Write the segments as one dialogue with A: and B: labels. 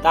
A: 大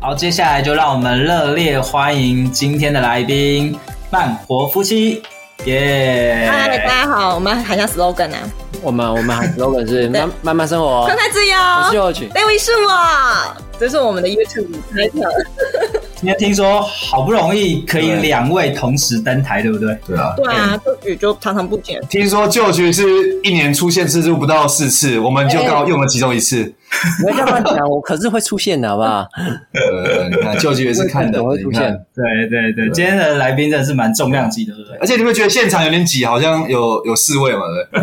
B: 好，接下来就让我们热烈欢迎今天的来宾——慢活夫妻，耶、
C: 嗨，大家好，我们喊一下 slogan 啊，
D: 我们我们还 slogan 是慢慢慢生活哦
C: 状，态自由，
D: 我是 幼群，
C: 那位是我，这是我们的 YouTube 开头，
B: 今天听说好不容易可以
E: 对
B: 两位同时登台，对不对？
E: 对啊，
C: 对啊，这语就常常不见，
F: 听说旧局是一年出现次数不到四次，我们就 刚用了其中一次。
D: 不要这样乱讲，我可是会出现的好不好？
F: 呃，你看旧局也是看 的，
D: 我会出
F: 你看
D: 现。
B: 对对对，今天的来宾真的是蛮重量级的，对不对？
F: 而且你会觉得现场有点挤，好像有有四位嘛，对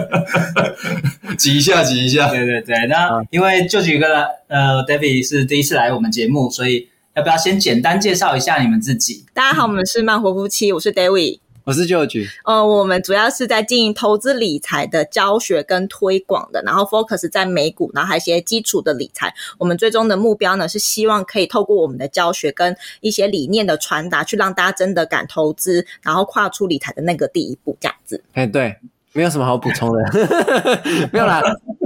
F: 不对，挤一下，挤一下。
B: 对啊对对，那因为就举个呃，David 是第一次来我们节目，所以要不要先简单介绍一下你们自己？
C: 大家好，我们是慢活夫妻，我是 David，
D: 我是旧局，
C: 呃，我们主要是在经营投资理财的教学跟推广的，然后 focus 在美股，然后还有一些基础的理财。我们最终的目标呢，是希望可以透过我们的教学跟一些理念的传达，去让大家真的敢投资，然后跨出理财的那个第一步，这样子。
D: 哎对，没有什么好补充 的，没有啦，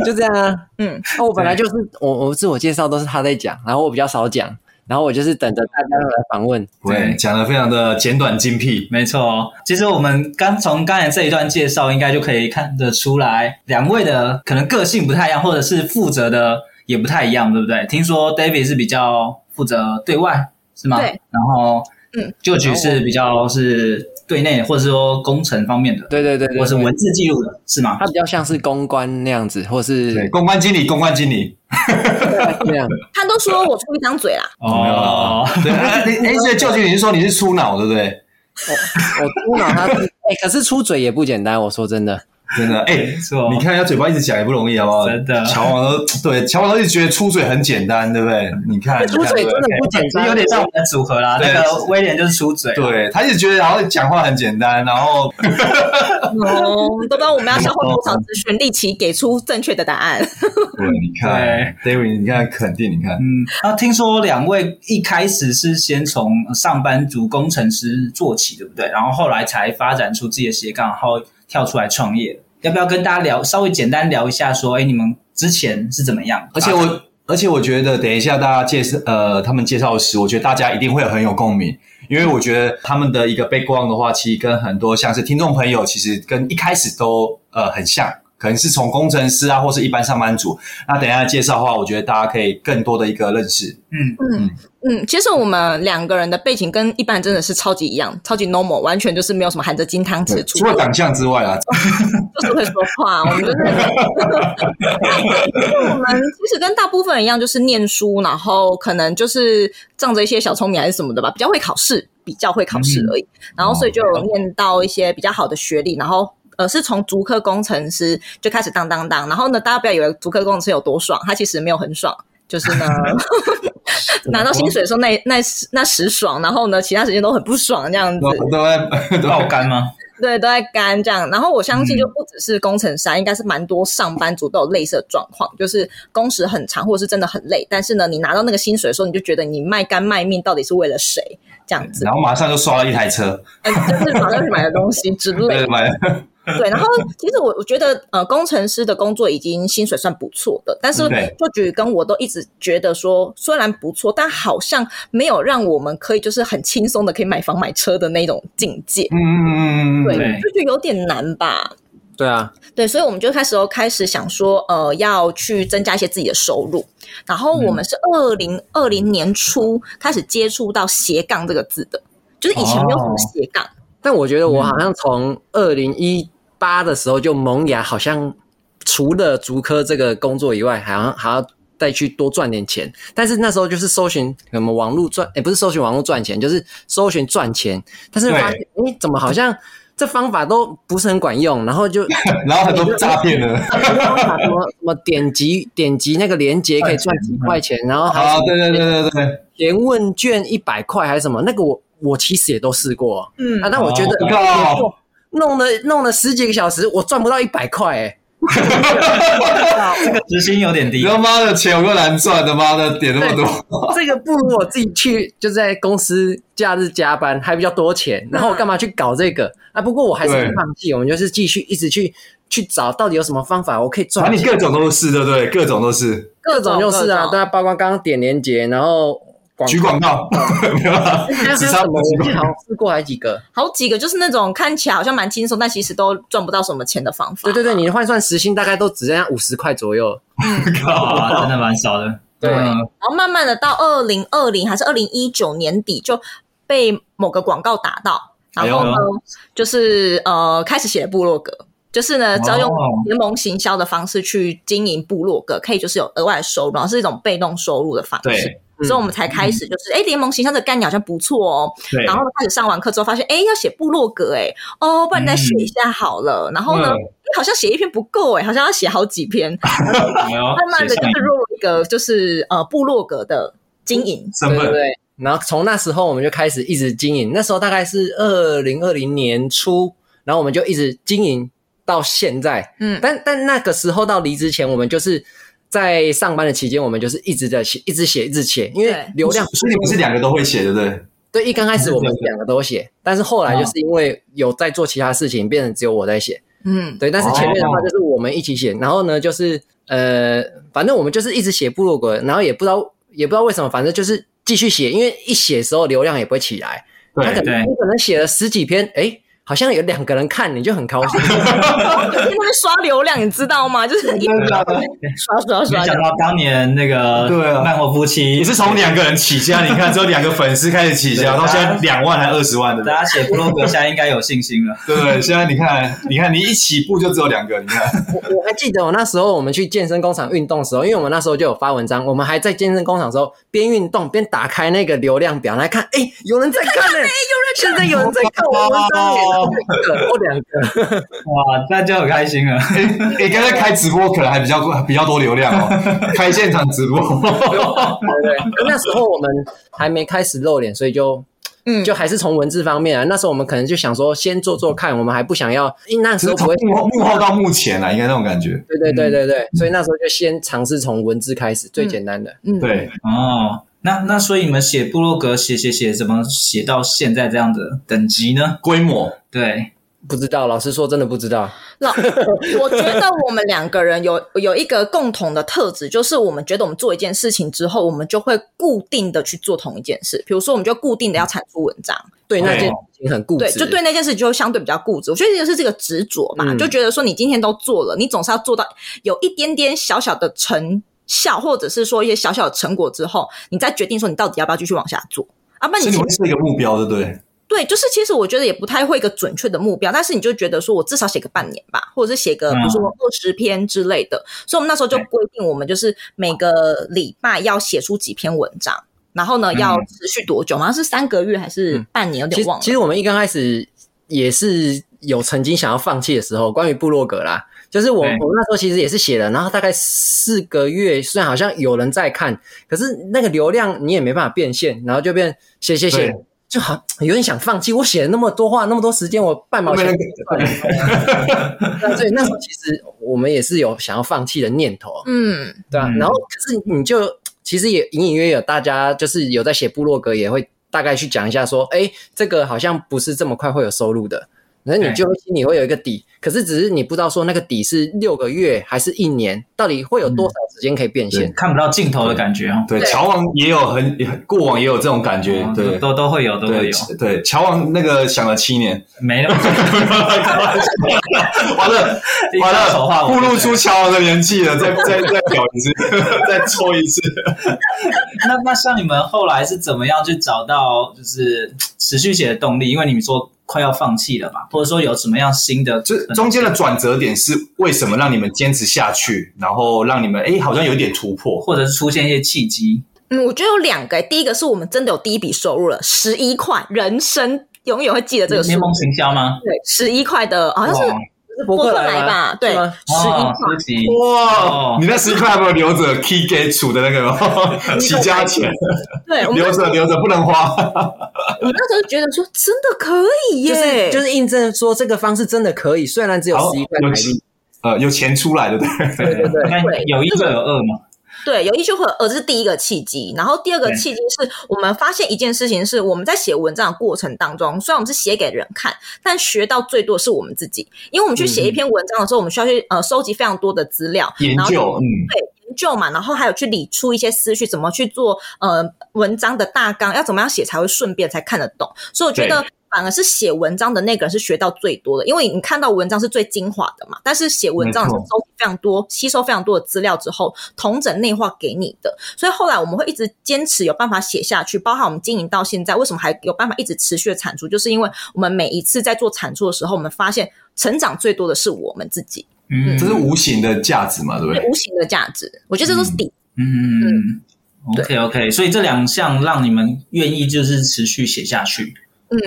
D: 就这样啊。
C: 嗯，
D: 哦，我本来就是我我自我介绍都是他在讲，然后我比较少讲，然后我就是等着大家来访问。
F: 对，讲的非常的简短精辟。
B: 没错，其实我们刚从刚才这一段介绍，应该就可以看得出来，两位的可能个性不太一样，或者是负责的也不太一样，对不对？听说 David 是比较负责对外，是吗？
C: 对。
B: 然后，
C: 嗯，
B: 就局是比较是对内，或者说工程方面的，
D: 对对对对，
B: 或是
D: 对
B: 文字记录的，是吗
D: 他？比较像是公关那样子，或是
F: 对，公关经理，公关经理。
D: 这样。
C: 他都说我出一张嘴啦，
B: 哦，
F: 对，哎，哎，这旧局你是说你是出脑，对不对？
D: 我我出脑他 是，哎，可是出嘴也不简单，我说真的，
F: 真的，哎，
B: 没错
F: 你看人家嘴巴一直讲也不容易，好不好？
B: 真的
F: 乔王都对，乔王都一直觉得出嘴很简单，对不对？你看，你看
D: 出嘴真的不啊简
B: 这
D: 单，
B: 有点像我们的组合啦。
F: 对
B: 那个威廉就是出嘴，啊
F: 对，他一直觉得好像讲话很简单，然后
C: 哦，都不知道我们要消化多少资讯，立即给出正确的答案。
F: 对，你看，David，你看肯定，你看，
B: 嗯，然后听说两位一开始是先从呃上班族工程师做起，对不对？然后后来才发展出自己的斜杠，然后跳出来创业。要不要跟大家聊稍微简单聊一下说，哎，你们之前是怎么样？啊
F: 而且我，而且我觉得，等一下大家介绍，呃，他们介绍时，我觉得大家一定会很有共鸣，因为我觉得他们的一个 background 的话，其实跟很多像是听众朋友，其实跟一开始都呃很像。可能是从工程师啊，或是一般上班族。那等一下介绍的话，我觉得大家可以更多的一个认识。
B: 嗯，
C: 嗯，其实我们两个人的背景跟一般人真的是超级一样，超级 normal，完全就是没有什么含着金汤匙出
F: 除了长相之外啊，
C: 就是会说话，我们就是，我们其实跟大部分人一样，就是念书，然后可能就是仗着一些小聪明还是什么的吧，比较会考试，比较会考试而已。然后所以就有念到一些比较好的学历，然后。呃，是从足科工程师就开始当当当，然后呢，大家不要以为足科工程师有多爽，他其实没有很爽，就是呢，拿到薪水的时候那那那时爽，然后呢，其他时间都很不爽这样子。
F: 都都在 都
B: 爆肝吗？
C: 对，都在干这样。然后我相信，就不只是工程师啊，应该是蛮多上班族都有类似的状况，就是工时很长，或者是真的很累。但是呢，你拿到那个薪水的时候，你就觉得你卖肝卖命到底是为了谁？这样子，呃
F: 然后马上就刷了一台车，
C: 嗯，就是马上去买的东西之类
F: 对，
C: 的。
F: 买了
C: 对，然后其实我我觉得，呃，工程师的工作已经薪水算不错的，但是
F: 对
C: 作举跟我都一直觉得说，虽然不错，但好像没有让我们可以就是很轻松的可以买房买车的那种境界。
F: 嗯嗯嗯嗯嗯，
C: 对，
B: 对
C: 就是有点难吧。
D: 对啊，
C: 对，所以我们就开始哦开始想说，呃，要去增加一些自己的收入。然后我们
D: 嗯
C: 是二零二零年初开始接触到斜杠这个字的，就是以前没有什
D: 哦
C: 么斜杠。
D: 但我觉得我好像从二零一八的时候就萌芽，好像除了足科这个工作以外，好像还要再去多赚点钱。但是那时候就是搜寻什么网络赚，也、不是搜寻网络赚钱，就是搜寻赚钱。但是发现，哎、怎么好像这方法都不是很管用？然后就
F: 然后很多诈骗呢。
D: 什么什么点击点击那个链接可以赚几块钱，然后还有什
F: 啊，
D: 么
F: 对对对对对，
D: 填问卷一百块还是什么，那个我我其实也都试过。
C: 嗯
D: 啊，但我觉得
F: 哦靠
D: 弄了弄了十几个小时，我赚不到一百块 哎。啊
B: 这个时薪有点
F: 你
B: 低，
F: 他妈的钱有够难赚的，妈的点那么多，
D: 这个不如我自己去，就在公司假日加班还比较多钱，然后我干嘛去搞这个啊？不过我还是
F: 对
D: 不放弃，我们就是继续一直去去找到底有什么方法我可以
F: 反
D: 赚
F: 正你
D: 钱。
F: 各种都是，对不对？各种都是
D: 各种就是啊，对啊，包括刚刚点连接，然后广
F: 举广告，没有啦
D: 还有
F: 只
D: 什
F: 差
D: 么？
F: 不
D: 我
F: 举
D: 记
F: 广
D: 得好
F: 告
D: 像试过还几个。
C: 好几个就是那种看起来好像蛮轻松，但其实都赚不到什么钱的方法。
D: 对对对，你换算时薪大概都只剩下五十块左右。
B: 哇，真的蛮少的。
D: 对
B: 嗯
C: 然后慢慢的到二零二零还是二零一九年底，就被某个广告打到，然后呢，
B: 哎
C: 就是呃开始写部落格，就是呢，只要用
B: 哦
C: 联盟行销的方式去经营部落格，可以就是有额外的收入，然后是一种被动收入的方式。
F: 对嗯
C: 所以我们才开始就是，哎、联盟行销这个概念好像不错哦。
F: 对，
C: 然后开始上完课之后，发现哎，诶要写部落格哎、诶哦，不然再写一下好了。然后呢，
F: 嗯
C: 诶好像写一篇不够哎、诶好像要写好几篇。
B: 哎呦
C: 慢慢的
B: 写
C: 就
B: 上瘾
C: 是入一个就是呃部落格的经营，
F: 身
D: 对对
F: 份
D: 对。然后从那时候我们就开始一直经营，那时候大概是二零二零年初，然后我们就一直经营到现在。
C: 嗯，
D: 但但那个时候到离职前，我们就是在上班的期间，我们就是一直在写，一直写，一直写，因为
C: 对
D: 流量
F: 所以你们是两个都会写，对不对？
D: 对一刚开始我们两个都写，但是后来就是因为有在做其他事情，变成只有我在写。
C: 嗯，
D: 对，但是前面的话就是我们一起写，然后呢就是呃，反正我们就是一直写部落格，然后也不知道也不知道为什么，反正就是继续写，因为一写的时候流量也不会起来，他可
F: 对，
B: 对
D: 能你可能写了十几篇，哎，好像有两个人看，你就很高兴，
C: 每天那边刷流量，你知道吗？就是一
F: 真的假的
C: 刷刷
B: 没
C: 刷
B: 想到当年那个
F: 对啊
B: 漫活夫妻
F: 你是从两个人起家，你看只有两个粉丝开始起家，
B: 对
F: 到现在两万还二十万，对不对
B: 大家写部落格，现在应该有信心了。
F: 对对？现在你看，你看你一起步就只有两个，你 看，
D: 我我还记得我那时候我们去健身工厂运动的时候，因为我们那时候就有发文章，我们还在健身工厂的时候边运动边打开那个流量表来看，哎， 有人在看呢、现在有人在看我文章耶，
F: 哦
D: 一个或两个。
B: 哇，那就很开心了。
F: 你刚才开直播可能还比较多比较多流量哦，开现场直播，
D: 对对，对，那时候我们还没开始露脸，所以就
C: 嗯，
D: 就还是从文字方面啊。那时候我们可能就想说，先做做看，我们还不想要，因为那
F: 只
D: 时
F: 是
D: 候不
F: 从
D: 会。
F: 幕后幕后到幕前啊，应该那种感觉。
C: 嗯
D: 对对对对对，
F: 嗯
D: 所以那时候就先尝试从文字开始，最简单的。
C: 嗯，
F: 对，
B: 哦，那那所以你们写部落格写写写，怎么写到现在这样的等级呢？
F: 规模
B: 对，
D: 不知道，老实说，真的不知道。
C: 那我觉得我们两个人有有一个共同的特质，就是我们觉得我们做一件事情之后，我们就会固定的去做同一件事。比如说，我们就固定的要产出文章，
D: 对那件事情很固
C: 对，
D: 执，
C: 就对那件事就相对比较固执。我觉得就是这个执着吧，
D: 嗯
C: 就觉得说你今天都做了，你总是要做到有一点点小小的成效，或者是说一些小小的成果之后，你再决定说你到底要不要继续往下做。啊，不然
F: 所
C: 你
F: 以你
C: 其
F: 会设一个目标，对不对？
C: 对，就是其实我觉得也不太会一个准确的目标，但是你就觉得说我至少写个半年吧，或者是写个
D: 嗯
C: 比如说二十篇之类的。所以我们那时候就规定，我们就是每个礼拜要写出几篇文章，然后呢要持续多久？好像是三个月还是半年，有
D: 嗯其
C: 点
D: 实
C: 忘了。
D: 其实我们一刚开始也是有曾经想要放弃的时候，关于部落格啦，就是我我
B: 对
D: 那时候其实也是写了，然后大概四个月，虽然好像有人在看，可是那个流量你也没办法变现，然后就变写写写
F: 对，
D: 就好有点想放弃。我写了那么多话，那么多时间，我半毛钱
F: 没
D: 都
F: 人
D: 不赚。对所以那时候其实我们也是有想要放弃的念头。
C: 嗯，
D: 对啊，
B: 嗯
D: 然后可是你就其实也隐隐约约有大家就是有在写部落格，也会大概去讲一下说，哎，这个好像不是这么快会有收入的。那你就心里会有一个底，可是只是你不知道说那个底是六个月还是一年，到底会有多少时间可以变现。
B: 看不到尽头的感觉哦。
F: 对，
C: 对
F: 乔王也有很很过往也有这种感觉，
B: 哦
F: 对
B: 都都会有，都会
F: 对
B: 有，
F: 对，乔王那个想了七年，
B: 没有
F: 完 了完
B: 一张手画
F: 了，
B: 我
F: 暴露出乔王的年纪了，再再再搞一次， 再抽一次。
B: 那那像你们后来是怎么样去找到就是持续写的动力？因为你们说快要放弃了嘛，或者说有什么样新的？
F: 就中间的转折点是为什么让你们坚持下去，然后让你们哎好像有一点突破，
B: 或者是出现一些契机，
C: 嗯，我觉得有两个、第一个是我们真的有第一笔收入了，十一块，人生永远会记得这个数
B: 联。盟行销吗？
C: 对，十一块的，好像是
B: 哇
D: 是博
C: 博
D: 客
C: 客
D: 来
C: 来吧？对，
D: 是吗
C: 十一
B: 哦
C: 块。
B: 初级
F: 哇
B: 哦！
F: 你那十块有没有留着 key 给储的那 个吗起家钱，
C: 对，我们
F: 留着留着不能花。
C: 我们那时候就觉得说，真的可以
D: 就
C: 耶，
D: 是就是印证说这个方式真的可以，虽然只有
F: 好
D: 十一块台
F: 哦有
D: 币
F: 钱，呃有钱出来的， 对不对？
B: 对对
D: 对
B: 那有一就有二嘛，
C: 对，有一就和呃，这是第一个契机。然后第二个
B: 对
C: 契机是我们发现一件事情，是我们在写文章的过程当中，虽然我们是写给人看，但学到最多的是我们自己。因为我们去写
D: 嗯
C: 一篇文章的时候，我们需要去呃收集非常多的资料，
F: 研
C: 然后
F: 究，嗯，
C: 对研究嘛，然后还有去理出一些思绪，怎么去做呃文章的大纲，要怎么样写才会顺便才看得懂。所以我觉得反而是写文章的那个人是学到最多的，因为你看到文章是最精华的嘛，但是写文章
F: 没
C: 是
F: 错
C: 收集非常多、吸收非常多的资料之后，统整内化给你的。所以后来我们会一直坚持有办法写下去，包含我们经营到现在，为什么还有办法一直持续的产出，就是因为我们每一次在做产出的时候，我们发现成长最多的是我们自己，
B: 嗯，
F: 这是无形的价值嘛，对不对
C: 对？无形的价值，我觉得这都是底
B: 嗯，OK OK，所以这两项让你们愿意就是持续写下去。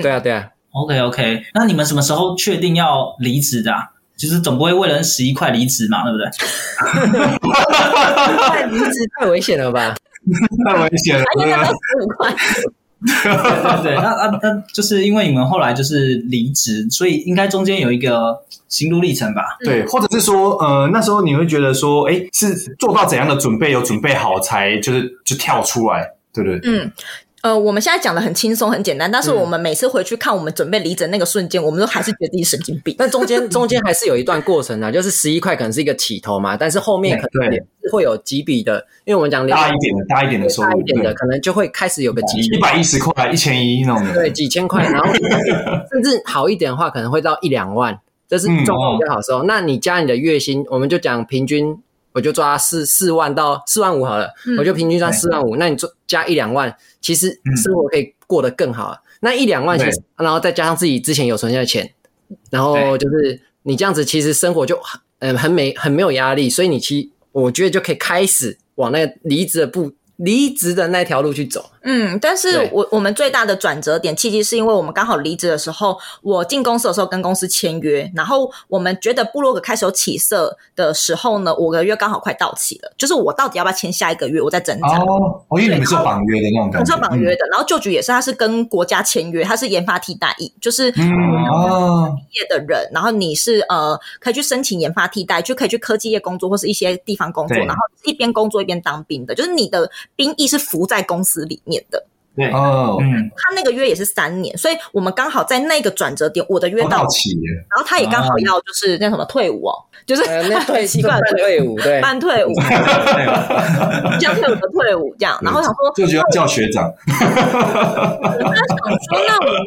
D: 对啊对啊，
B: OK OK，那你们什么时候确定要离职的、啊？就是总不会为了十一块离职嘛，对不 对？
D: 太离职太危险了吧？
F: 太危险了，
C: 还
F: 对啊
C: 应该
F: 不对
C: 到十五块。
B: 对对，那那那就是因为你们后来就是离职，所以应该中间有一个心路历程吧？
F: 对，或者是说，呃，那时候你会觉得说，哎，是做到怎样的准备，有准备好才就是就跳出来，对不对？
C: 嗯，呃，我们现在讲的很轻松很简单，
F: 嗯
C: 但是我们每次回去看我们准备离职那个瞬间，我们都还是觉得自己神经 病。
D: 但中间中间还是有一段过程啊，就是十一块可能是一个起头嘛，但是后面可能
F: 对
D: 也是会有几笔的，因为我们讲
F: 大一点的，大一点的收入，
D: 大一点的，可能就会开始有个几
F: 一
D: 千
F: 百一十块，一千一那种的，
D: 对几千块，然后甚至好一点的话，可能会到一两万，这是状况比较好的时候。那你加你的月薪，我们就讲平均，我就抓四四万到四万五好了，
C: 嗯
D: 我就平均抓四万五。那你做加一两万，其实生活可以过得更好啊。那一两万其实，然后再加上自己之前有存下的钱，然后就是你这样子，其实生活就很嗯很没很没有压力，所以你其我觉得就可以开始往那个离职的步离职的那条路去走。
C: 嗯，但是
D: 对
C: 我我们最大的转折点契机是因为我们刚好离职的时候，我进公司的时候跟公司签约，然后我们觉得部落格开始有起色的时候呢，五个月刚好快到期了，就是我到底要不要签下一个约，我在挣扎。
F: 哦，嗯哦，因为你们是有绑约的那种
C: 我
F: 感
C: 是
F: 觉，
C: 要绑约的，然后旧局也是，它是跟国家签约，它是研发替代役，就是
F: 嗯，嗯哦，
C: 科技业的人，然后你是呃可以去申请研发替代，就可以去科技业工作或是一些地方工作，
F: 对
C: 然后一边工作一边当兵的，就是你的兵役是服在公司里面的。
B: 对，
F: 哦，
B: 嗯，
C: 他那个约也是三年，所以我们刚好在那个转折点，我的约
F: 都
C: 到
F: 到
C: 期，
F: 期了，
C: 然后他也刚好
F: 啊
C: 要就是那什么退伍哦，就是
D: 呃，那 退
C: 奇怪
D: 半退伍，对，
C: 办退 伍，将退伍的退伍这样，然后想说
F: 就觉得叫学长，
C: 想说，那我们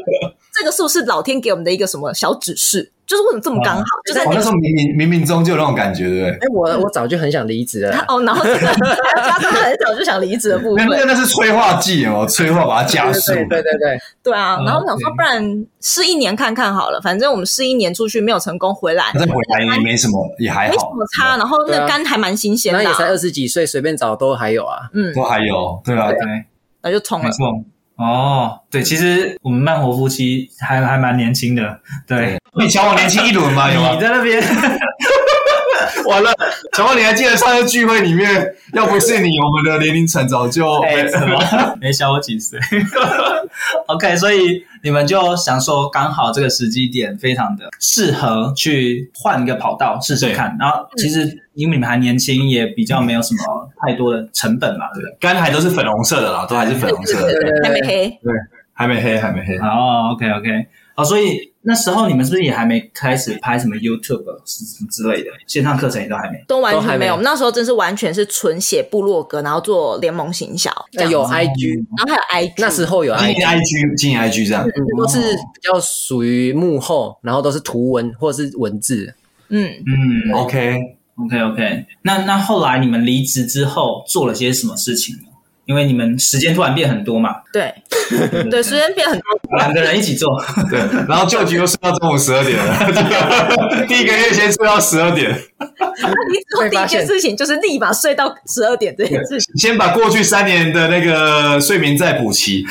C: 这个是不是老天给我们的一个什么小指示？就是为什么这么刚好？就在
F: 哦，
C: 那
F: 那
C: 个
F: 时候冥冥冥冥中就有那种感觉，对不对？
D: 哎、我我早就很想离职了啊啦。
C: 哦，然后这个还要加上他很早就想离职的部
F: 那
C: 分，
F: 那那是催化剂哦，催化把它 加速，
D: 对对对对，
C: 对啊，
B: 嗯
C: 然后我想说，
B: 对
C: 不然试一年看看好了，反正我们试一年出去没有成功回来，
F: 那再回来也没什么，也还
C: 没什
F: 好，
C: 么差，然后那个肝还蛮新鲜
D: 然
C: 的
D: 后也才
C: 啊，
D: 二十几岁，随便找都还有啊。
C: 嗯，
F: 都还有，对啊，
B: 对，
C: 那就冲了
B: 没。错。哦，对，其实我们慢活夫妻还还蛮年轻的，对，哎
F: 你哎小我年轻一轮嘛，有吗
B: 你？在那边。
F: 完了，小王，你还记得上次聚会里面，要不是你，我们的年龄层早就
B: 哎，什么？ 没小我几岁。OK，所以你们就想说，刚好这个时机点非常的适合去换一个跑道试试看。然后其实因为你们还年轻，也比较没有什么太多的成本嘛，对不对？
F: 肝还都是粉红色的啦，都还是粉红色的，
C: 还没黑，
B: 嗯
F: 还没黑，还没黑。
B: 哦，OK OK，好，所以那时候你们是不是也还没开始拍什么 YouTube 是什么之类的线上课程也都还没？
C: 都完
D: 都还
C: 全
D: 没
C: 没有。我们那时候真是完全是纯写部落格，然后做联盟行销，这
D: 那
C: 样
D: 有
C: 子
F: 嗯
D: IG，
C: 然后还有 IG。
D: 那时候有
F: 经
D: IG，
F: 营 IG 经营 IG 这样，
D: 都是比较属于幕后，然后都是图文或者是文字。
C: 嗯，
B: 嗯
F: ，OK，
B: ，OK OK。那那后来你们离职之后做了些什么事情呢？因为你们时间突然变很多嘛，
C: 对对，时间变很多，
B: 两个人一起做，
F: 对，然后旧局又睡到中午十二点了， 第一个月先睡到十二点，
C: 你之后
D: 被
C: 第一
D: 发
C: 件
D: 现
C: 事情就是立马睡到十二点这件事情。
F: 先把过去三年的那个睡眠再补齐。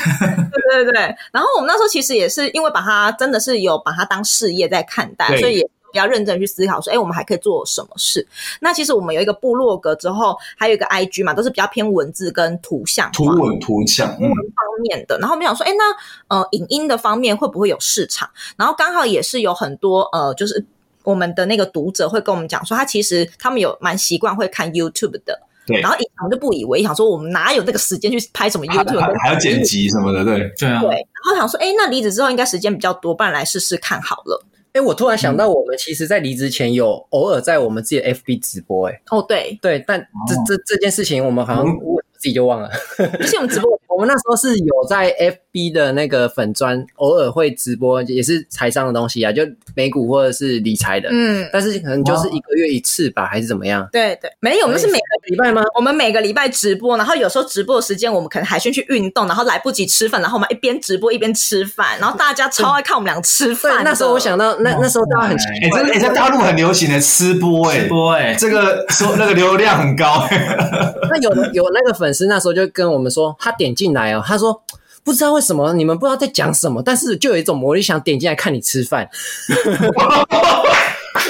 C: 对对对。然后我们那时候其实也是因为把它真的是有把它当事业在看待，
F: 对
C: 所以也。比较认真去思考说，哎、我们还可以做什么事？那其实我们有一个部落格之后，还有一个 IG 嘛，都是比较偏文字跟图像
F: 图
C: 化
F: 文图像，嗯，
C: 方面的。然后我们想说，哎，那呃，影音的方面会不会有市场？然后刚好也是有很多呃，就是我们的那个读者会跟我们讲说，他其实他们有蛮习惯会看 YouTube 的。
F: 对
C: 然后以前我就不以为意，想说我们哪有那个时间去拍什么
F: 还
C: YouTube？
F: 还
C: 跟
F: 还要剪辑什么的，对，
B: 对啊
C: 对，，
D: 嗯
C: 然后想说，哎，那离职之后应该时间比较多，不然来试试看好了。
D: 哎，我突然想
F: 嗯
D: 到，我们其实，在离职前有偶尔在我们自己的 FB 直播，哎，
C: 哦，对，
D: 对，但这这这件事情，我们好像
F: 嗯
D: 我自己就忘了。
C: 而且我们直播，
D: 我们那时候是有在 FB 的那个粉砖，偶尔会直播，也是财商的东西啊，就美股或者是理财的，
C: 嗯，
D: 但是可能就是一个月一次吧，还是怎么样？
C: 对对，没有，我们是每个
D: 礼拜吗？
C: 我们每个礼拜直播，然后有时候直播的时间，我们可能还先去运动，然后来不及吃饭，然后我们一边直播一边吃饭，然后大家超爱看我们俩吃
D: 对
C: 饭的。，嗯
D: 那时候我想到，那那时候大家很奇
F: 哎，这哎在大陆很流行的吃播，哎
B: 直，播哎、
F: 这个说那个流量很高，哎
D: 那有有那个粉丝那时候就跟我们说，他点进来哦，他说不知道为什么你们不知道在讲什么，但是就有一种魔力想点进来看你吃饭。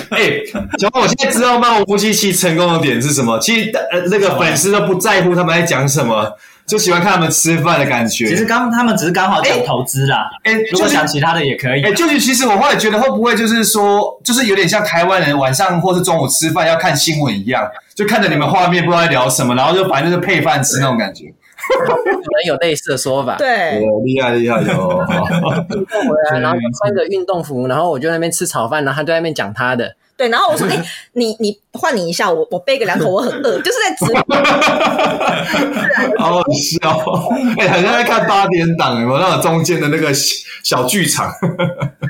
F: 哎， 小王，我现在知道曼谷夫妻其实成功的点是什么？其实呃，那个粉丝都不在乎他们在讲什么，就喜欢看他们吃饭的感觉。
B: 其实刚他们只是刚好讲投资啦，
F: 哎，
B: 如果
F: 就是
B: 想其他的也可以啊、
F: 哎、就是其实我后来觉得会不会就是说，就是有点像台湾人晚上或是中午吃饭要看新闻一样，就看着你们画面不知道在聊什么，然后就反正就是配饭吃那种感觉。
D: 可能有类似的说法。
C: 对，
F: 哦，厉害厉害哟！好
D: 运动回啊来，然后穿着运动服，然后我就在那边吃炒饭，然后他就在那边讲他的。
C: 对，然后我说， 哎、你你换你一下，我我背个两口，我很饿，就是在直播。
F: 好好笑哦！哎、好像在看八点档，有没有那种中间的那个小小剧场？
C: 对，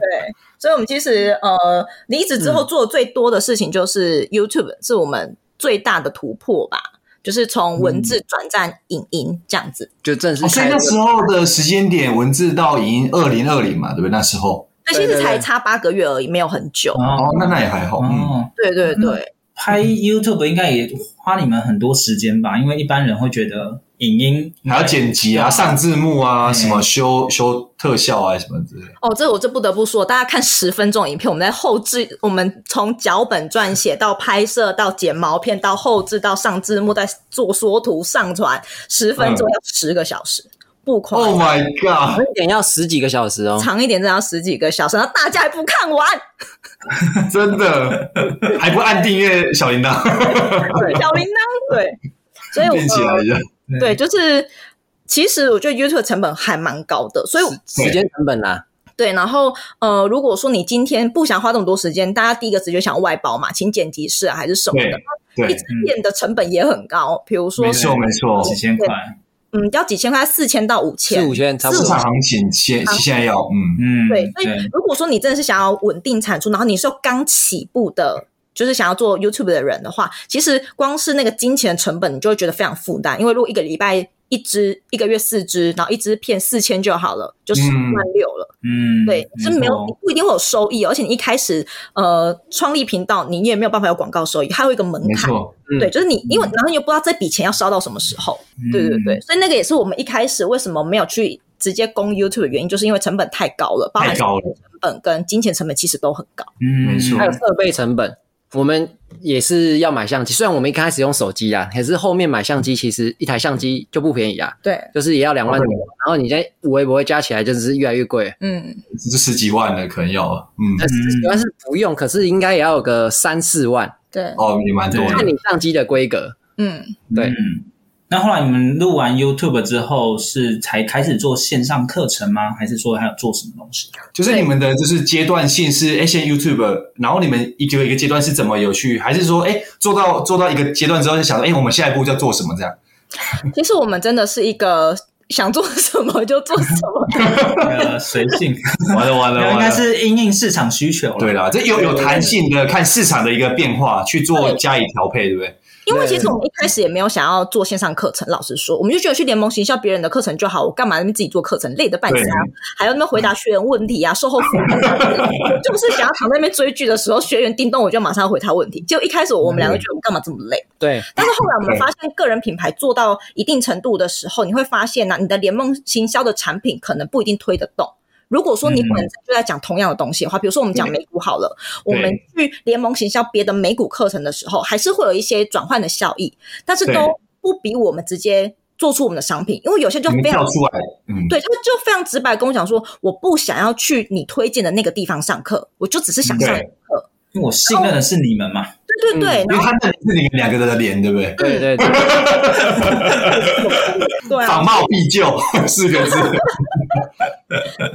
C: 所以我们其实呃离职之后做的最多的事情就是 YouTube 是我们最大的突破吧，就是从文字转战影音这样子。
D: 就正式
F: 哦所以
D: 开
F: 那
D: 了
F: 时候的时间点，文字到已经二零二零嘛，对不对？那时候
C: 对，其
D: 对
C: 实
D: 对
C: 才
D: 对
C: 差八个月而已，没有很久。
B: 嗯
F: 哦，那那也还好，嗯。
B: 哦，
C: 对对对。
B: 拍 YouTube 应该也花你们很多时间吧？因为一般人会觉得影音
F: 还要剪辑啊，上字幕啊，什么修修特效啊，什么之类的。
C: 哦，这我这不得不说，大家看十分钟影片，我们在后置，我们从脚本撰写到拍摄，到剪毛片，到后置，到上字幕，再做缩图上传，十分钟要十个小时，不夸张
F: Oh my god！
D: 那点要十几个小时哦。
C: 长一点真的要十几个小时，然后大家还不看完，
F: 真的还不按订阅小铃铛，
C: 小铃铛对，所以 我
F: 变起来一下。
C: 呃对，就是其实我觉得 YouTube 成本还蛮高的，所以我
D: 时间成本啦，
C: 对，然后呃，如果说你今天不想花这么多时间，大家第一个直觉想外包嘛，请剪辑师啊还是什么的
F: 对。对嗯
C: 一支片的成本也很高，比如说
F: 没，错没错，
B: 几千块，
C: 嗯，要几千块，四千到五
D: 四
C: 千
D: 五。千差不
F: 市
D: 多
F: 场。行情现现在要嗯，
B: 嗯，
C: 对，所以如果说你真的是想要稳定产出，然后你是刚起步的，就是想要做 YouTube 的人的话，其实光是那个金钱的成本，你就会觉得非常负担。因为如果一个礼拜一支，一个月四支，然后一支片四千就好了，就十万六了。
B: 嗯，
C: 对，是没有，你
B: 错
C: 不一定会有收益哦，而且你一开始呃创立频道，你也没有办法有广告收益，还有一个门
F: 没
C: 槛。
F: 错，
D: 嗯
C: 对，就是你，因为然后你又不知道这笔钱要烧到什么时候。
B: 嗯
C: 对对对，，所以那个也是我们一开始为什么没有去直接攻 YouTube 的原因，就是因为成本太高了，包含
F: 太
C: 成
F: 高了，
C: 本跟金钱成本其实都很高。
B: 嗯，
F: 没错
D: 还有设备成本，我们也是要买相机。虽然我们一开始用手机啦，可是后面买相机其实一台相机就不便宜啊，
C: 对，
D: 就是也要两万多。然后你在五微博加起来，就是越来越贵。
C: 嗯，
F: 这十几万了，可能要了，嗯，
D: 但是主要是不用，可是应该也要有个三四万，
C: 对，
F: 哦，也蛮多
B: 对
D: 啊
F: 的
D: 看。你相机的规格。
C: 嗯，
D: 对
B: 嗯，那后来你们录完 YouTube 之后，是才开始做线上课程吗？还是说还有做什么东 西？
F: 就是你们的就是阶段性是哎先 YouTube，然后你们一个一个阶段是怎么有去，还是说哎做到做到一个阶段之后就想说哎我们下一步要做什么这样？
C: 其实我们真的是一个想做什么就做什么的
B: 呃，随性，
F: 完了完了
B: 应
F: 完
B: 该
F: 了。
B: 是因应市场需求了。
F: 对啦，这有有弹性的，看市场的一个变化去做
C: 对
F: 加以调配，对不对？
C: 因为其实我们一开始也没有想要做线上课程，老实说，我们就觉得去联盟行销别人的课程就好，我干嘛那边自己做课程，累得半死啊，还要那边回答学员问题啊，售 后服务，就是想要躺在那边追剧的时候，学员叮咚我就马上回他问题。结果一开始我们两个觉得我们干嘛这么累，
D: 对，
C: 但是后来我们发现，个人品牌做到一定程度的时候，你会发现呢、你的联盟行销的产品可能不一定推得动。如果说你
F: 嗯
C: 本身就在讲同样的东西的话，比如说我们讲美股好了，我们去联盟行销别的美股课程的时候，还是会有一些转换的效益，但是都
F: 对
C: 不比我们直接做出我们的商品，因为有些就
F: 你们
C: 非常
F: 跳出来，嗯，
C: 对，他就非常直白跟我讲说，我不想要去你推荐的那个地方上课，我就只是想上
F: 对
C: 你的课。
B: 因为我信任的是你们嘛。
C: 对对对，
F: 因为
C: 然后
F: 他那里是你们两个的脸，对不对？
D: 对对对，
C: 对啊
F: 仿，冒必救 四个字，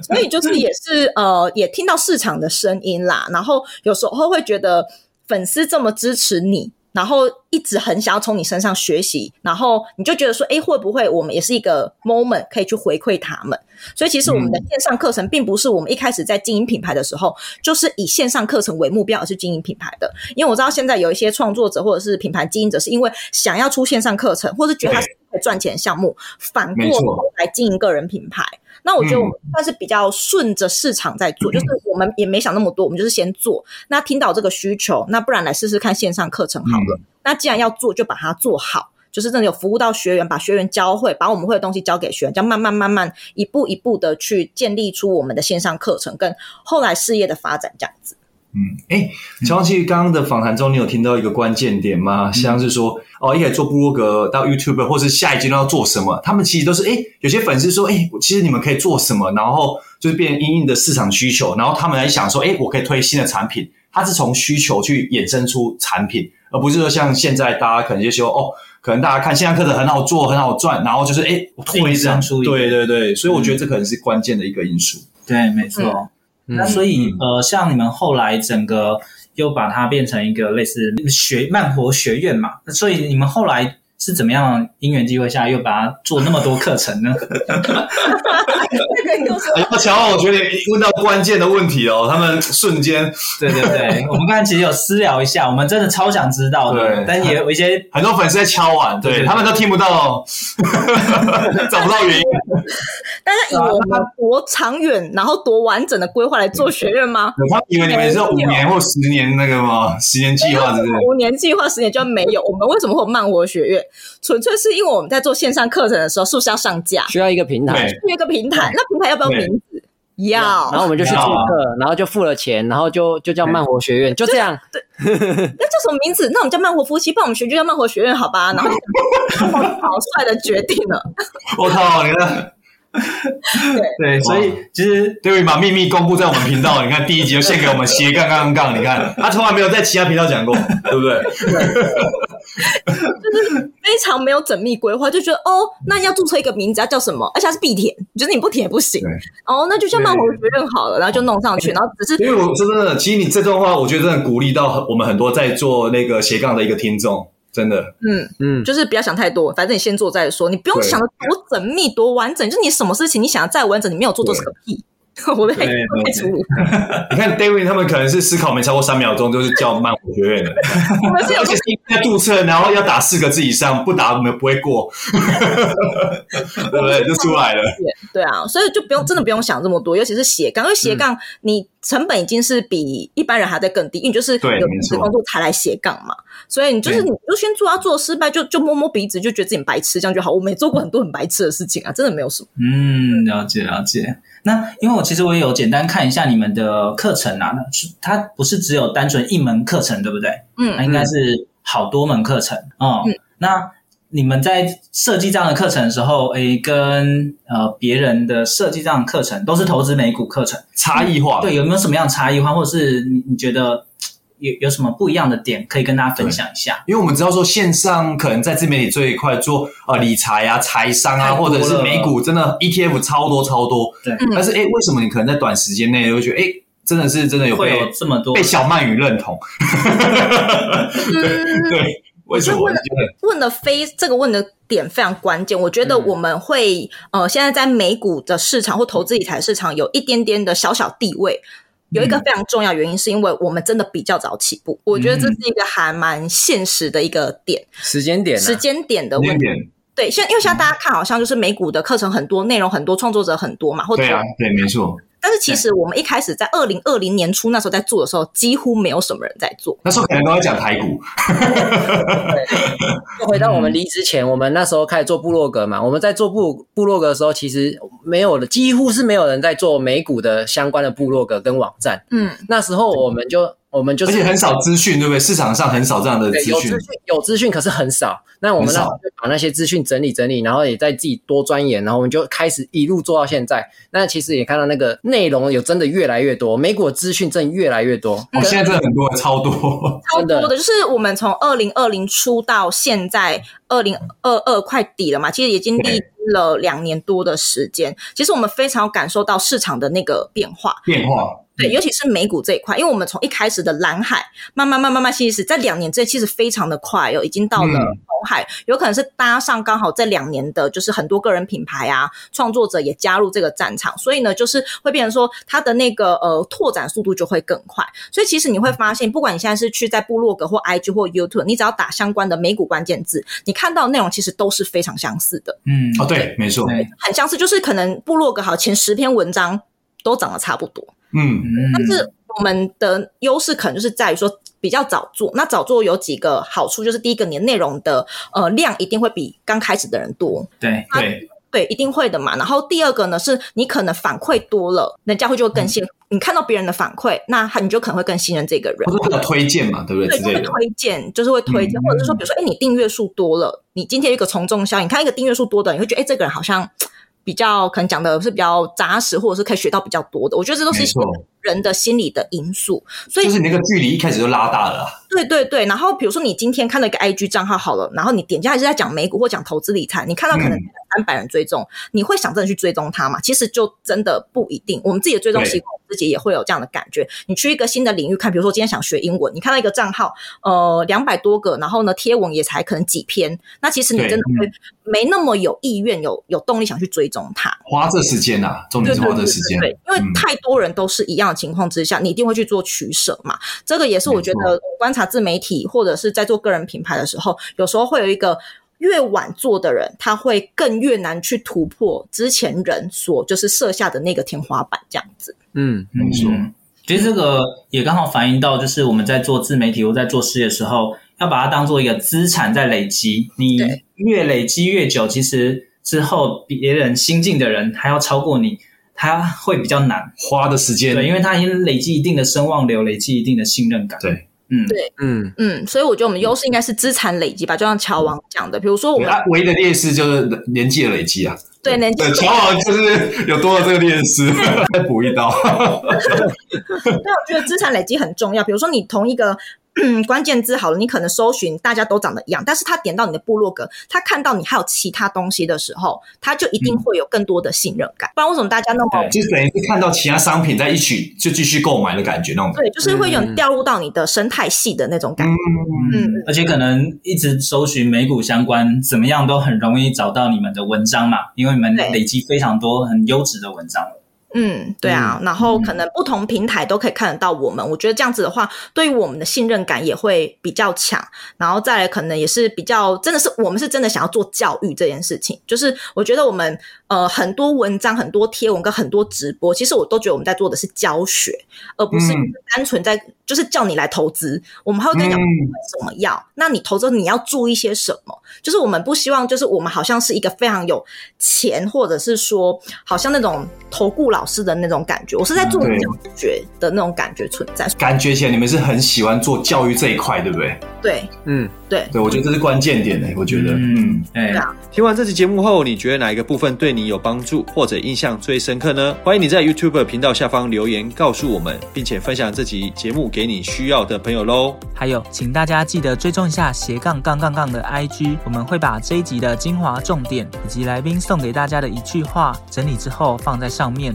C: 所以就是也 是呃，也听到市场的声音啦，然后有时候会觉得粉丝这么支持你。然后一直很想要从你身上学习，然后你就觉得说，哎，会不会我们也是一个 moment 可以去回馈他们？所以其实我
F: 嗯
C: 们的线上课程并不是我们一开始在经营品牌的时候，就是以线上课程为目标而去经营品牌的。因为我知道现在有一些创作者或者是品牌经营者，是因为想要出线上课程，或是觉得它是一个赚钱的项目，反过
F: 没错
C: 头来经营个人品牌。那我觉得我们算是比较顺着市场在做，就是我们也没想那么多，我们就是先做。那听到这个需求，那不然来试试看线上课程好了。那既然要做，就把它做好，就是真的有服务到学员，把学员教会，把我们会的东西教给学员，这样慢慢慢慢一步一步的去建立出我们的线上课程跟后来事业的发展这样子。
F: 嗯，哎，乔其实刚刚的访谈中，你有听到一个关键点
B: 嗯
F: 吗？像是说，哦，一开始做部落格到 YouTube，或是下一阶段要做什么，他们其实都是，哎，有些粉丝说，哎，其实你们可以做什么，然后就是变因应的市场需求，然后他们来想说，哎，我可以推新的产品，它是从需求去衍生出产品，而不是说像现在大家可能就说，哦，可能大家看线上课程很好做，很好赚，然后就是，哎，我推这样
B: 硬生出一个
F: 对对对，所以我觉得这可能是关键的一个因素。
B: 对，没错。哦
D: 嗯
B: 那所以呃，像你们后来整个又把它变成一个类似学慢活学院嘛，那所以你们后来是怎么样因缘机会下又把它做那么多课程 呢？
F: 哎呦，乔，我觉得你问到关键的问题哦，他们瞬间
B: 对对对，我们刚才其实有私聊一下，我们真的超想知道的
F: 对，
B: 但也有一些
F: 很多粉丝在敲碗，对
B: 对对
F: 他们都听不到， 找不到原因。
C: 但是以我们多长远，然后多完整的规划来做学院吗？
F: 他们以为你们是五年或十年那个吗？十年计划之类的。
C: 五年计划、十年就没有。我们为什么会有慢活学院？纯粹是因为我们在做线上课程的时候，是不是要上架？
D: 需要一个平台，
F: 对
C: 有一个平台，那平台要不要
F: 对
C: 名字？
D: 然后
C: 要，
D: 我们就去注
B: 要啊
D: 册，然后就付了钱，然后就就叫慢活学院，就这样。
C: 那叫什么名字？那我们叫慢活夫妻，不然我们学就叫慢活学院，好吧？然后 就好帅的决定了，
F: 我靠，你看
B: 对，所以其实
F: ，David 把秘密公布在我们频道，你看第一集就献给我们斜杠杠杠，你看他从来没有在其他频道 讲过，对不对？
C: 非常没有缜密规划，就觉得哦，那要注册一个名字，要叫什么？而且它是必填，就是你不填也不行
F: 对。
C: 哦，那就叫慢活学院好了，然后就弄上去，然后只是
F: 因为我真的，其实你这段话，我觉得真的鼓励到我们很多在做那个斜杠的一个听众，真的。
C: 嗯。
D: 嗯，
C: 就是不要想太多，反正你先做再说，你不用
F: 对
C: 想的多缜密、多完整。就是你什么事情你想要再完整，你没有做都是个屁。 我被
B: 对对
C: 我被
B: 对
C: 处理，
F: 你看 David 他们可能是思考没超过三秒钟，就是叫曼谷学院的，
C: 我 们是有
F: 而且是要注册，然后要打四个字以上，不打我们不会过， 对不对？就出来了。
C: 对啊，所以就不用真的不用想这么多，尤其是斜杠，因为
F: 嗯
C: 斜杠你成本已经是比一般人还在更低，因为你就是有
F: 对没
C: 正
F: 错
C: 职工作才来斜杠嘛，所以你就是你就先做，要做失败就就摸摸鼻子，就觉得自己很白痴，这样就好。我们也做过很多很白痴的事情啊，真的没有什么。
B: 嗯，了解了解。那因为我其实我也有简单看一下你们的课程啊，那是它不是只有单纯一门课程，对不对？那
C: 嗯，
B: 应该是好多门课程哦。
C: 嗯
B: 那你们在设计这样的课程的时候，诶，跟呃别人的设计这样的课程都是投资美股课程，
F: 差异化，
B: 对，有没有什么样的差异化，或者是你你觉得有有什么不一样的点可以跟大家分享一下？
F: 因为我们知道说线上可能在自媒体这一块做呃理财啊、财商
B: 太
F: 啊，
B: 多
F: 或
B: 了
F: 者是美股真的 ETF 超多超多，
B: 对
F: 但是哎、诶为什么你可能在短时间内会觉得哎、诶真的是真的有
B: 会
F: 被
B: 有这么多
F: 被小鳗鱼认同？
C: 嗯，
F: 对，为什么？我
C: 我
F: 就
C: 觉
F: 觉得
C: 问的非这个问的点非常关键，我觉得我们会、呃，现在在美股的市场或投资理财市场有一点点的小小地位。有一个非常重要原因，是因为我们真的比较早起步，我觉得这是一个还蛮现实的一个点，
D: 时间点、啊，
C: 时间点的
F: 有
C: 问题。
F: 点
C: 对，现因为现在大家看，好像就是美股的课程很多，内容很多，创作者很多嘛，或者
F: 对啊，对，没错。
C: 但是其实我们一开始在二零二零年初那时候在做的时候，几乎没有什么人在做。
F: 那时候可能都在讲台股，
D: 就回到我们离职前，我们那时候开始做部落格嘛。我们在做部部落格的时候，其实没有的，几乎是没有人在做美股的相关的部落格跟网站。
C: 嗯，
D: 那时候我们就我们就
F: 而
D: 是
F: 且很少资讯，对不对？市场上很少这样的
D: 对
F: 资
D: 有资
F: 讯
D: 讯，有资讯，可是很少。那我们那时候就把那些资讯整理整理，然后也在自己多钻研，然后我们就开始一路做到现在。那其实也看到那个内容有真的越来越多，美股的资讯真的越来越多。
F: 哦，现在真的很多，超多。
C: 超
D: 真的
C: 多的，就是我们从二零二零初到现在二零二二快底了嘛，其实已经历经了两年多的时间。其实我们非常感受到市场的那个变化，
F: 变化，
C: 对，尤其是美股这一块，因为我们从一开始的蓝海，慢慢、慢慢、慢慢，其实在两年之内其实非常的快哦，已经到了
F: 嗯
C: 红海，有可能是搭上刚好这两年的，就是很多个人品牌啊，创作者也加入这个战场，所以呢，就是会变成说它的那个呃拓展速度就会更快。所以其实你会发现，不管你现在是去在部落格或 IG 或 YouTube，你只要打相关的美股关键字，你看到的内容其实都是非常相似的。
B: 嗯，
F: 哦，对，没错，
B: 对，
C: 很相似，就是可能部落格好前十篇文章都长得差不多，
F: 嗯，
B: 嗯，
C: 但是我们的优势可能就是在于说比较早做。那早做有几个好处，就是第一个，你的内容的呃量一定会比刚开始的人多，
B: 对，
F: 对，
C: 对，一定会的嘛。然后第二个呢，是你可能反馈多了，人家会就会更信。你看到别人的反馈，那他你就可能会更信任这个人。
F: 或者他的推荐嘛，对不对？
C: 对，
F: 之
C: 就会
F: 类的，嗯
C: 推荐，就是会推荐，或者是说，比如说，哎、你订阅数多了，你今天有一个从众效应，你看一个订阅数多的，你会觉得，哎、这个人好像比较可能讲的是比较扎实，或者是可以学到比较多的。我觉得这都是
F: 没错
C: 人的心理的因素，所以、
F: 就是你那个距离一开始就拉大了啊。
C: 对对对。然后比如说，你今天看到一个 IG 账号好了，然后你点进来是在讲美股或讲投资理财，你看到可能
F: 嗯
C: 三百人追踪，你会想真的去追踪他吗？其实就真的不一定。我们自己的追踪习惯，我们自己也会有这样的感觉。你去一个新的领域看，比如说今天想学英文，你看到一个账号，呃，两百多个，然后呢贴文也才可能几篇，那其实你
F: 对
C: 真的会没那么有意愿、有有动力想去追踪它。
F: 花这时间呐，重
C: 对
F: 点是
C: 对
F: 花
C: 对
F: 这嗯
C: 对
F: 时间。
C: 对，因为
F: 嗯
C: 太多人都是一样的情况之下，你一定会去做取舍嘛。这个也是我觉
F: 没
C: 得我观察自媒体或者是在做个人品牌的时候，有时候会有一个。越晚做的人，他会更越难去突破之前人所就是设下的那个天花板，这样子。
D: 嗯，
F: 没错
B: 嗯，其实这个也刚好反映到，就是我们在做自媒体或在做事业的时候，要把它当做一个资产在累积。你
C: 对
B: 越累积越久，其实之后别人新进的人还要超过你，他会比较难。
F: 花的时间，
B: 对，因为他已经累积一定的声望流，累积一定的信任感。
F: 对，
B: 嗯，
C: 对
D: 嗯，
C: 嗯，所以我觉得我们优势应该是资产累积吧，就像乔王讲的，比如说我
F: 对
C: 们
F: 啊，唯一的劣势就是年纪的累积啊。
C: 对年纪
F: 对，乔王就是有多了这个劣势，再补一刀。
C: 对，我觉得资产累积很重要。比如说，你同一个。嗯关键字好了，你可能搜寻大家都长得一样，但是他点到你的部落格，他看到你还有其他东西的时候，他就一定会有更多的信任感。不然为什么大家那么
B: 对
F: 就等于是看到其他商品在一起就继续购买的感觉那种。
C: 对，就是会有点掉入到你的生态系的那种感觉。嗯
B: 嗯，而且可能一直搜寻美股相关，怎么样都很容易找到你们的文章嘛，因为你们
C: 对
B: 累积非常多很优质的文章了。
C: 嗯，对啊，然后可能不同平台都可以看得到我们。我觉得这样子的话，对于我们的信任感也会比较强。然后再来，可能也是比较真的是我们是真的想要做教育这件事情。就是我觉得我们呃很多文章、很多贴文跟很多直播，其实我都觉得我们在做的是教学，而不是
F: 嗯
C: 单纯在、就是叫你来投资。我们还会跟你讲
F: 嗯
C: 为什么要，那你投资你要注意些什么。就是我们不希望，就是我们好像是一个非常有钱，或者是说好像那种投顾老师的那种感觉，我是在做
F: 嗯对
C: 教学的那种感觉存在。
F: 感觉起来你们是很喜欢做教育这一块，对不对？
C: 对
D: 嗯，
C: 对，
F: 对，我觉得这是关键点诶、我觉得，嗯
B: 嗯，哎、
C: 对啊
E: 听完这期节目后，你觉得哪一个部分对你有帮助或者印象最深刻呢？欢迎你在 YouTube 频道下方留言告诉我们，并且分享这集节目给你需要的朋友喽。
G: 还有，请大家记得追踪一下斜杠杠杠杠的 IG，我们会把这一集的精华重点以及来宾送给大家的一句话整理之后放在上面，